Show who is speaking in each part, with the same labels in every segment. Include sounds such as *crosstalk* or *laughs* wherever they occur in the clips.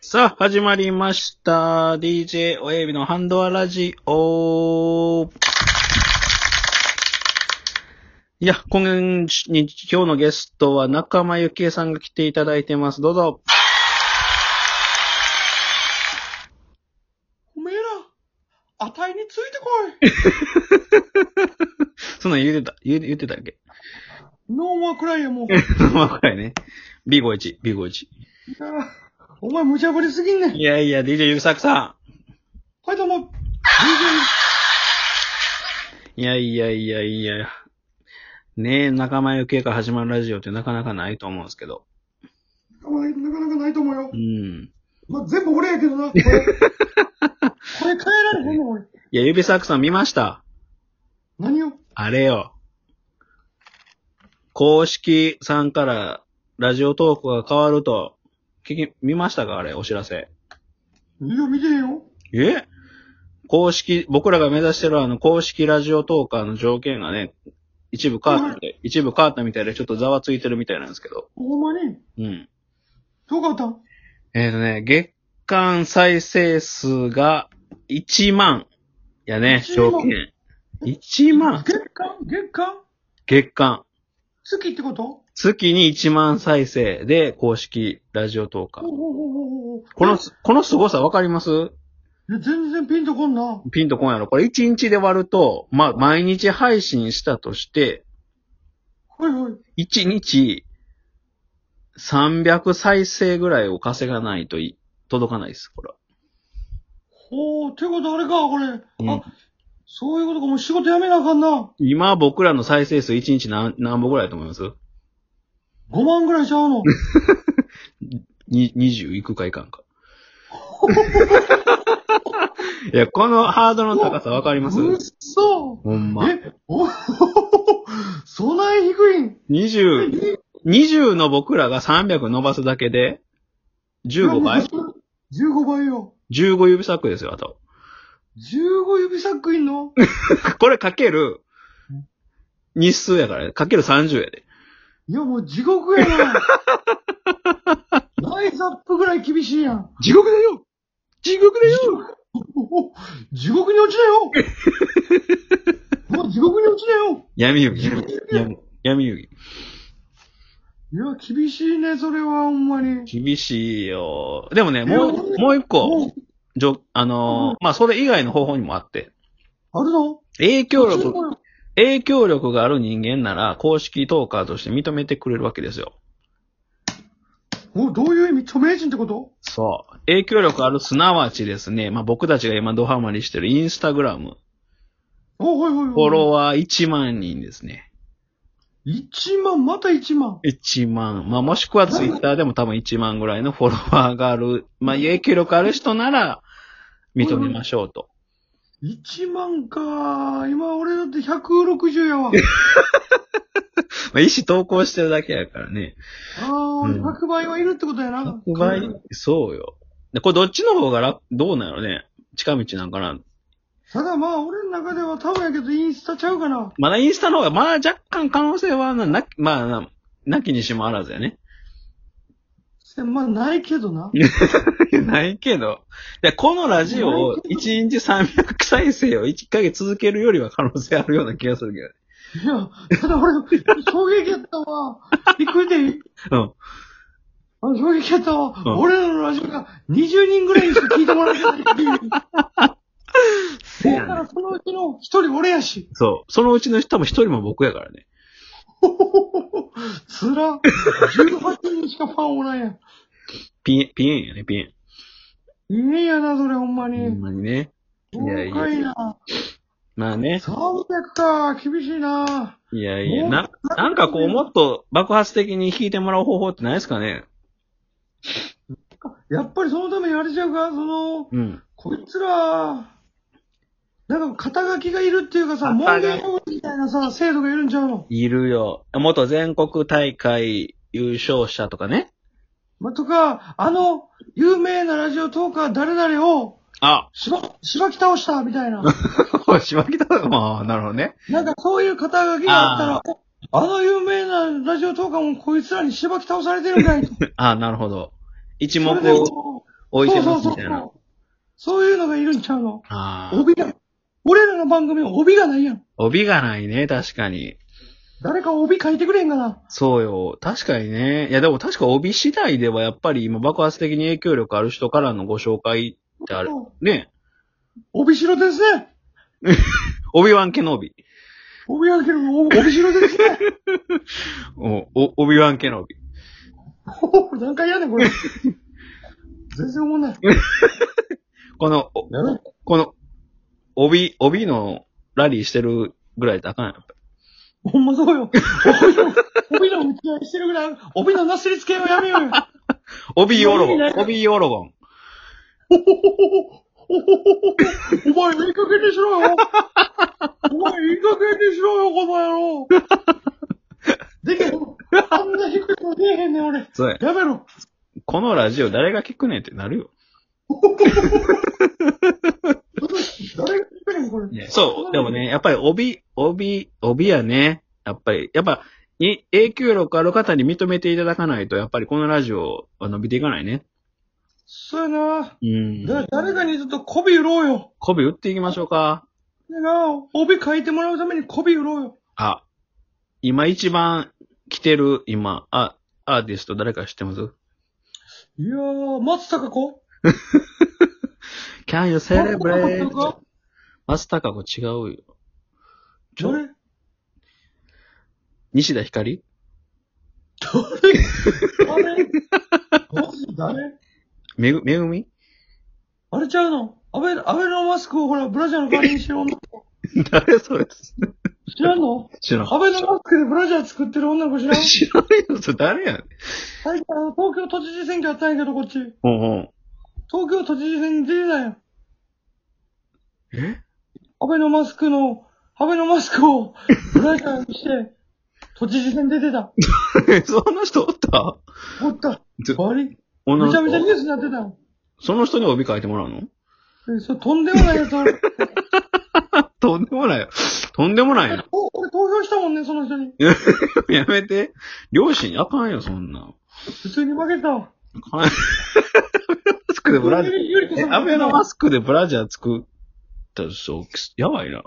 Speaker 1: さあ、始まりました。DJ 親指のハンドアラジオ。いや、今日、今日のゲストは仲間由紀恵さんが来ていただいてます。どうぞ。
Speaker 2: おめえら、あたいについてこい。
Speaker 1: そんなん言ってた、言う言ってたっけ *laughs*
Speaker 2: ノンワくらいや、もう。
Speaker 1: 若いね。B51、B51。
Speaker 2: お前無茶ぶりすぎんねん。
Speaker 1: いやいや、DJ ゆうさくさ
Speaker 2: はい、どうも。
Speaker 1: ん。いやいやいやいや。ねえ、仲間由紀恵から始まるラジオってなかなかないと思うんですけど。
Speaker 2: DJ お前なかなかないと思うよ
Speaker 1: う。ん。
Speaker 2: まあ、全部俺やけどな。これ、これ変えられへんの、俺。
Speaker 1: いや、指サックさん見ました
Speaker 2: 何よ。
Speaker 1: あれよ。公式さんからラジオトークが変わると、聞き、見ましたかあれ、お知らせ。
Speaker 2: いいよ、見てよ。
Speaker 1: え公式、僕らが目指してるあの公式ラジオトーカーの条件がね、一部変わったみたい、一部変わったみたいでちょっとざわついてるみたいなんですけど。
Speaker 2: ほんまに。
Speaker 1: うん。
Speaker 2: どうかったん
Speaker 1: えっ、とね、月間再生数が1万。やね、
Speaker 2: 1万
Speaker 1: 条件。1万
Speaker 2: 月間月間
Speaker 1: 月間。
Speaker 2: 月ってこと
Speaker 1: 月に1万再生で公式ラジオトーカ
Speaker 2: おうお
Speaker 1: ー。
Speaker 2: うおうおうおう
Speaker 1: このす、この凄さわかります
Speaker 2: いや、全然ピンとこんな。
Speaker 1: ピンとこんやろ。これ1日で割ると、まあ、毎日配信したとして、
Speaker 2: はいはい。
Speaker 1: 1日300再生ぐらいを稼がないとい届かないです、これは。
Speaker 2: ほう、ってことあれか、これ。
Speaker 1: うん
Speaker 2: あ、そういうことか、もう仕事辞めなあかんな。
Speaker 1: 今僕らの再生数1日何、何本ぐらいだと思います
Speaker 2: 5万ぐらいちゃうの。
Speaker 1: に20いくかいかんか。いや、このハードルの高さわかります
Speaker 2: うっそ
Speaker 1: ほんま。
Speaker 2: え、 *laughs* お、そない低いん。
Speaker 1: 20、20の僕らが300伸ばすだけで、15倍
Speaker 2: ?15 倍よ。
Speaker 1: ?15 指サックですよ、あと。
Speaker 2: 15指サックいんの
Speaker 1: これかける、日数やからね。かける30やで。
Speaker 2: いや、もう地獄
Speaker 1: *laughs*
Speaker 2: やな。ライザップぐらい厳しいやん。
Speaker 1: 地獄だよ地獄だ
Speaker 2: 地獄地獄に落ちなよもう地獄に落ちなよ
Speaker 1: 闇遊戯。闇闇遊
Speaker 2: いや、厳しいね、それは、ほんまに。
Speaker 1: 戯。厳しいよ。でもね、もう、もう一個、
Speaker 2: もう、
Speaker 1: じょあのーまあ、それ以外の方法にもあって、
Speaker 2: あるの
Speaker 1: 影響力、
Speaker 2: 力。
Speaker 1: 影響力がある人間なら、公式トーカーとして認めてくれるわけですよ。
Speaker 2: お、どういう意味著名人ってこと
Speaker 1: そう。影響力ある、すなわちですね、まあ、僕たちが今ドハマりしてるインスタグラム、
Speaker 2: お、はいはいはい。
Speaker 1: フォロワー1万人ですね。
Speaker 2: 1万、また1万。
Speaker 1: 1万。まあ、もしくはツイッターでも多分1万ぐらいのフォロワーがある、まあ、影響力ある人なら、認めましょうと。
Speaker 2: 1万か。今俺だって160やわ。
Speaker 1: *laughs* まあ、意思投稿してるだけやからね。
Speaker 2: ああ、俺
Speaker 1: うん
Speaker 2: 100倍はいるってことやな。
Speaker 1: 100倍
Speaker 2: うん。
Speaker 1: そうよ。でこれどっちの方が楽、どうなのね近道なんかな
Speaker 2: ただまあ、俺の中では多分やけどインスタちゃうかな。
Speaker 1: まだインスタの方が、まあ若干可能性はな、な、まあな、なきにしもあらずやね。
Speaker 2: まあ、ないけどな。
Speaker 1: ないけど。で、このラジオを1日300再生を1ヶ月続けるよりは可能性あるような気がするけどね。
Speaker 2: いや、ただ俺、衝撃やったわ。びっくりでいい
Speaker 1: うん。
Speaker 2: あ衝撃やったわ。
Speaker 1: うん
Speaker 2: 俺らのラジオが20人ぐらいにしか聞いてもらえてないっていう。
Speaker 1: そう
Speaker 2: だからそのうちの一人俺やし。
Speaker 1: そう。そのうちの人も一人も僕やからね。
Speaker 2: つら。18人しかファンおらんやん。
Speaker 1: ピエン、ピエンやね、ピエ
Speaker 2: いねえやな、それほんま
Speaker 1: ン。ほん
Speaker 2: に。
Speaker 1: まにね。いやいや
Speaker 2: 豪快な。
Speaker 1: まあね。
Speaker 2: 300か、厳しいない
Speaker 1: やいや、な、なんかこう、もっと爆発的に弾いてもらう方法ってないですかね
Speaker 2: やっぱりそのためにあれちゃうか、その、
Speaker 1: うん。
Speaker 2: こいつら、なんか肩書きがいるっていうかさ、
Speaker 1: 肩書き
Speaker 2: 門限用みたいなさ、制度がいるんちゃうの、
Speaker 1: いるよ。元全国大会優勝者とかね。
Speaker 2: まとか、あの、有名なラジオトーカー誰々を、
Speaker 1: *laughs* あ、
Speaker 2: しば、しばき倒した、みたいな。
Speaker 1: *laughs* しまきたまあ、なるほどね。
Speaker 2: なんかそういう肩書きがあったら、おあの有名な
Speaker 1: *laughs*
Speaker 2: ラジオトーカーもこいつらにしばき倒されてるんかいと。
Speaker 1: あ、なるほど。一目
Speaker 2: それで
Speaker 1: 置置い
Speaker 2: そ
Speaker 1: て
Speaker 2: うそ
Speaker 1: ま
Speaker 2: う
Speaker 1: す
Speaker 2: そ
Speaker 1: み
Speaker 2: う
Speaker 1: たい
Speaker 2: そ
Speaker 1: な
Speaker 2: う。。そういうのがいるんちゃうの
Speaker 1: ああ。
Speaker 2: 帯が。俺らの番組は帯がないやん。
Speaker 1: 帯がないね、確かに。
Speaker 2: 誰か帯書いてくれへんかな。
Speaker 1: そうよ。確かにね。いや、でも確か帯次第ではやっぱり今爆発的に影響力ある人からのご紹介ってある。
Speaker 2: そう
Speaker 1: ね。
Speaker 2: 帯白ですね。
Speaker 1: 帯ワンケノビ。
Speaker 2: 帯開ける、お帯白ですね。 *laughs*
Speaker 1: お、お、帯ワンケノビ。
Speaker 2: お何回やねん、これ。全然思んない。
Speaker 1: この、お
Speaker 2: やばい
Speaker 1: この、帯、帯のラリーしてるぐらいであかんやん。
Speaker 2: ほんまそうよ。帯の、帯の打ち合いしてるぐらい、帯のなすりつけをやめようよ。
Speaker 1: 帯ヨロボ
Speaker 2: 意味な
Speaker 1: ン
Speaker 2: *laughs* い。
Speaker 1: 帯ヨロボン。
Speaker 2: お前、いい加減にしろよ。お前、いい加減にしろよ、この野郎。でけえあんな低いの出えへんねん、俺。
Speaker 1: そうや。
Speaker 2: やめろ。
Speaker 1: このラジオ誰が聞くねんってなるよ。
Speaker 2: 誰が低いねん、これ。
Speaker 1: そう。でも。ね、やっぱり帯、帯、帯やね。やっぱり、やっぱ、い影響力ある方に認めていただかないと、やっぱりこのラジオは伸びていかないね。
Speaker 2: そうやな。
Speaker 1: うん。
Speaker 2: だ誰かにちょっと媚び売ろうよ。
Speaker 1: 媚び打っていきましょうか。
Speaker 2: でな、帯書いてもらうために媚び売ろうよ。
Speaker 1: あ、今一番来てる、今、あ、アーティスト誰か知ってます
Speaker 2: いやー、松坂子
Speaker 1: ?Can you
Speaker 2: 松
Speaker 1: celebrate?
Speaker 2: 坂子
Speaker 1: 松たか子違うよ。ちょ
Speaker 2: 誰
Speaker 1: 西田ひかり
Speaker 2: 誰マジ誰
Speaker 1: めぐ、めぐみ
Speaker 2: あれちゃうのアベ、アベノマスクをほら、ブラジャーの代わりにしてる女の子。
Speaker 1: 誰それ
Speaker 2: 知らんの
Speaker 1: 知らん。
Speaker 2: アベノマスクでブラジャー作ってる女の子知らん
Speaker 1: 知らないよ、それ誰やねん。
Speaker 2: 最近あの、東京都知事選挙あったんやけど、こっち。東
Speaker 1: うんうん。
Speaker 2: 京都知事選に出てたんや。
Speaker 1: え
Speaker 2: アベノマスクの、アベノマスクをブラジャーにして、都知事選出てた。
Speaker 1: *laughs* そんな人おった
Speaker 2: おった。
Speaker 1: ず
Speaker 2: あれ
Speaker 1: 女
Speaker 2: め
Speaker 1: の
Speaker 2: ちゃ
Speaker 1: 人
Speaker 2: めちゃニュースになってたん。
Speaker 1: その人に帯書いてもらうの *laughs*
Speaker 2: えそれとんでもないやつある。
Speaker 1: とんでもないよ。とんでもないよ。
Speaker 2: お俺投票したもんね、その人に。
Speaker 1: やめて。両親あかんよ、そんな。
Speaker 2: 普通に負けたわ。
Speaker 1: あかんマスクでブラジャー。
Speaker 2: ゆり子
Speaker 1: え
Speaker 2: さん
Speaker 1: アベノマ
Speaker 2: ス
Speaker 1: スクでブラジャー作った人、やばいな。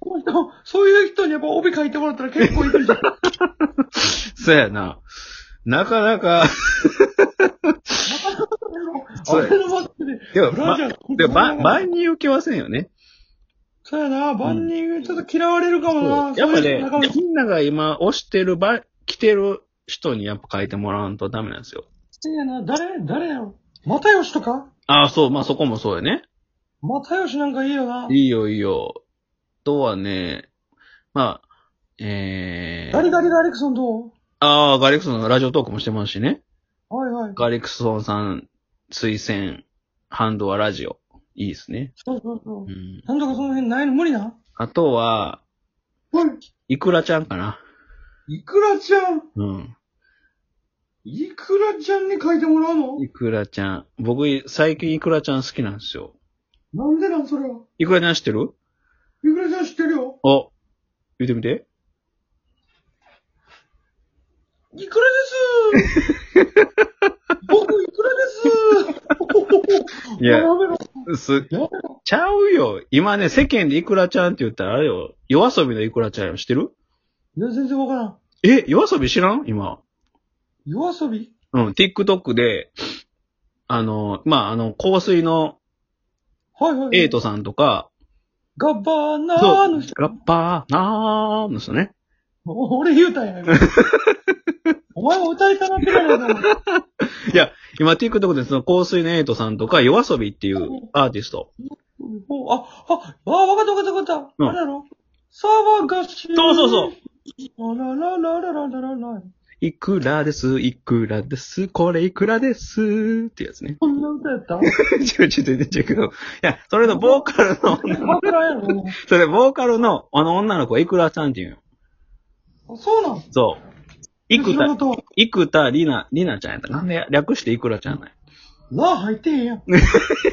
Speaker 2: この人、そういう人にやっぱ帯書いてもらったら結構いくじゃん。
Speaker 1: そやな。なかなか、 *laughs* そう
Speaker 2: アベノマスクで。
Speaker 1: でも、
Speaker 2: ブラ
Speaker 1: ま
Speaker 2: ジャー作、
Speaker 1: でも、ば、
Speaker 2: ば
Speaker 1: 万人受けませんよね。
Speaker 2: そうやな、万人、ちょっと嫌われるかも
Speaker 1: そ
Speaker 2: な。
Speaker 1: うやっぱ
Speaker 2: そうい
Speaker 1: ね
Speaker 2: う仲間、
Speaker 1: みんなが今、押してる、ば、着てる人にやっぱ書いてもらわんとダメなんですよ。
Speaker 2: そうやな、誰、誰やろ。又吉とか
Speaker 1: ああ、そう、まあそこもそうよね。
Speaker 2: 又吉なんかいいよな。
Speaker 1: いいよ、いいよ。あとはね、まあ、え
Speaker 2: ガリ
Speaker 1: ー、
Speaker 2: ガリガリクソンど
Speaker 1: ああ、ガリクソンのラジオトークもしてますしね。
Speaker 2: うはいはい。
Speaker 1: ガリクソンさん推薦、ハンドはラジオ。いいですね。
Speaker 2: そうそうそ
Speaker 1: う。
Speaker 2: う
Speaker 1: ん。
Speaker 2: なんとかその辺ないの無理な。
Speaker 1: あとは、
Speaker 2: はい。
Speaker 1: イクラちゃんかな。
Speaker 2: いくらちゃん、
Speaker 1: うん。
Speaker 2: いくらちゃんに書いてもらうの
Speaker 1: イクラちゃん。僕、最近イクラちゃん好きなんですよ。
Speaker 2: なんでなんそれは。
Speaker 1: イクラちゃん知ってる
Speaker 2: いくらちゃん知ってるよ。
Speaker 1: あ、言ってみて。
Speaker 2: いくらです
Speaker 1: *laughs*
Speaker 2: 僕、いくらです
Speaker 1: いや
Speaker 2: やめろ。
Speaker 1: す、
Speaker 2: やめろ。
Speaker 1: ちゃうよ。今ね、世間でイクラちゃんって言ったらあれよ。夜遊びのイクラちゃんよ。知ってる
Speaker 2: いや、全然わからん。
Speaker 1: え、夜遊び知らん今。
Speaker 2: 夜遊び
Speaker 1: うん、TikTok で、あの、まあ、あの、香水の
Speaker 2: はいはいはい。
Speaker 1: エイ。トさんとか、
Speaker 2: ガバナー
Speaker 1: そう
Speaker 2: の人。、
Speaker 1: ラッパーなーの人ね。
Speaker 2: 俺言うたん
Speaker 1: *laughs*
Speaker 2: や。今お前も歌いたなってたやな。
Speaker 1: 今 TikTok でその香水のエイトさんとか、夜遊びっていうアーティスト。
Speaker 2: おあ、あ、あ、わかったわかったわかった。
Speaker 1: うん
Speaker 2: あれやろ騒がしい。
Speaker 1: そうそうそう。
Speaker 2: あらららららららら。。
Speaker 1: いくらです、いくらです、これいくらです、ってやつね *laughs*
Speaker 2: こんな歌やった
Speaker 1: ちょ、ちょ、ちょ、ちょ、ちょいや、それのボーカルの *laughs* 女の子、
Speaker 2: わからんやろ。
Speaker 1: それボーカルの、あの女の子はいくらちゃんって言うよ。
Speaker 2: あそうなん。
Speaker 1: そう。いく
Speaker 2: 知ら
Speaker 1: た
Speaker 2: ん、こと
Speaker 1: いくたりな、りなちゃんやった。なんで略していくらちゃんなんや。 *laughs*
Speaker 2: なあ、入ってへんやん。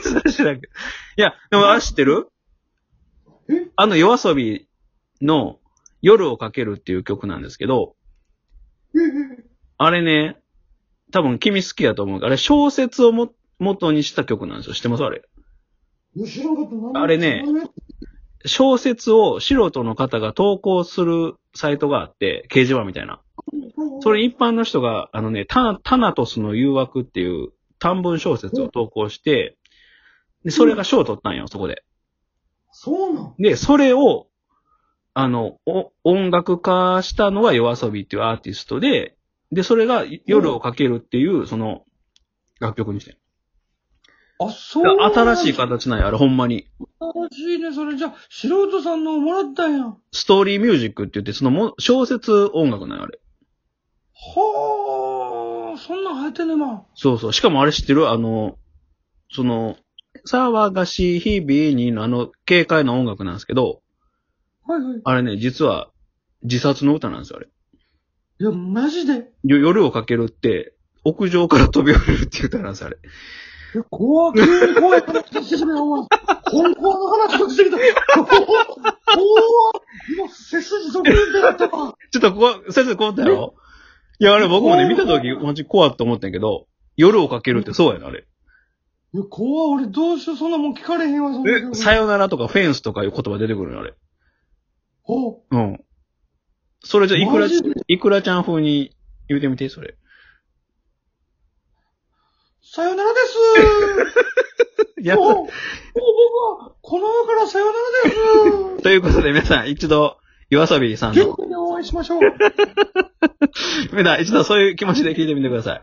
Speaker 1: それ知らんけどいや、でもあれ知ってる
Speaker 2: え
Speaker 1: あの夜遊びの夜をかけるっていう曲なんですけど、あれね、多分君好きやと思うけどあれ小説をも、元にした曲なんですよ。知ってますあれ。
Speaker 2: 知らんかったな
Speaker 1: あれね。小説を素人の方が投稿するサイトがあって、掲示板みたいな。それ一般の人が、あのね、タタナトスの誘惑っていう短文小説を投稿して、で、それが賞を取ったんよ、そこで。
Speaker 2: そうなん
Speaker 1: で、それを、あの、お音楽化したのが夜遊びっていうアーティストで、で、それが夜をかけるっていう、その、楽曲にしてん。
Speaker 2: あ、そうなん
Speaker 1: 新しい。形なんや、あれほんまに。
Speaker 2: 新しいね。それじゃあ、素人さんのをもらったんや。は
Speaker 1: ストーリーミュージックって言って、そのも小説音楽なんや、あれ。
Speaker 2: あ、そんなん入ってんねんな。
Speaker 1: そうそう。しかもあれ知ってるあの、その、騒がしい日々にのあの、軽快な音楽なんですけど、
Speaker 2: はいはい。
Speaker 1: あれね、実は自殺の歌なんですよ、あれ。
Speaker 2: いや、マジで。
Speaker 1: よ夜をかけるって、屋上から飛び降りるっていう歌なんです、あれ。
Speaker 2: え、怖っ急に怖い話してくれよ、お前。本当の話をしてきた。おお今、背筋そこに出ったか。
Speaker 1: ちょっとここ、先生こうだよ。いや、あれ僕もね、見たとき、マジ怖って思ったんやけど、夜をかけるってそうやな、あれ。
Speaker 2: いや、怖っ俺どうしよう、そんなもん聞かれへんわ、そんな
Speaker 1: え、さよならとかフェンスとかいう言葉出てくるの、あれ。
Speaker 2: お
Speaker 1: うん。それじゃ、いくら
Speaker 2: マジで、
Speaker 1: いくらちゃん風に言うてみて、それ。
Speaker 2: さよならです
Speaker 1: いや
Speaker 2: おお僕は、この世からさよならです
Speaker 1: ということで、皆さん、一度、夜遊びさん
Speaker 2: 元
Speaker 1: の、
Speaker 2: 気でお会いしましょう。
Speaker 1: 皆さん、一度そういう気持ちで聞いてみてください。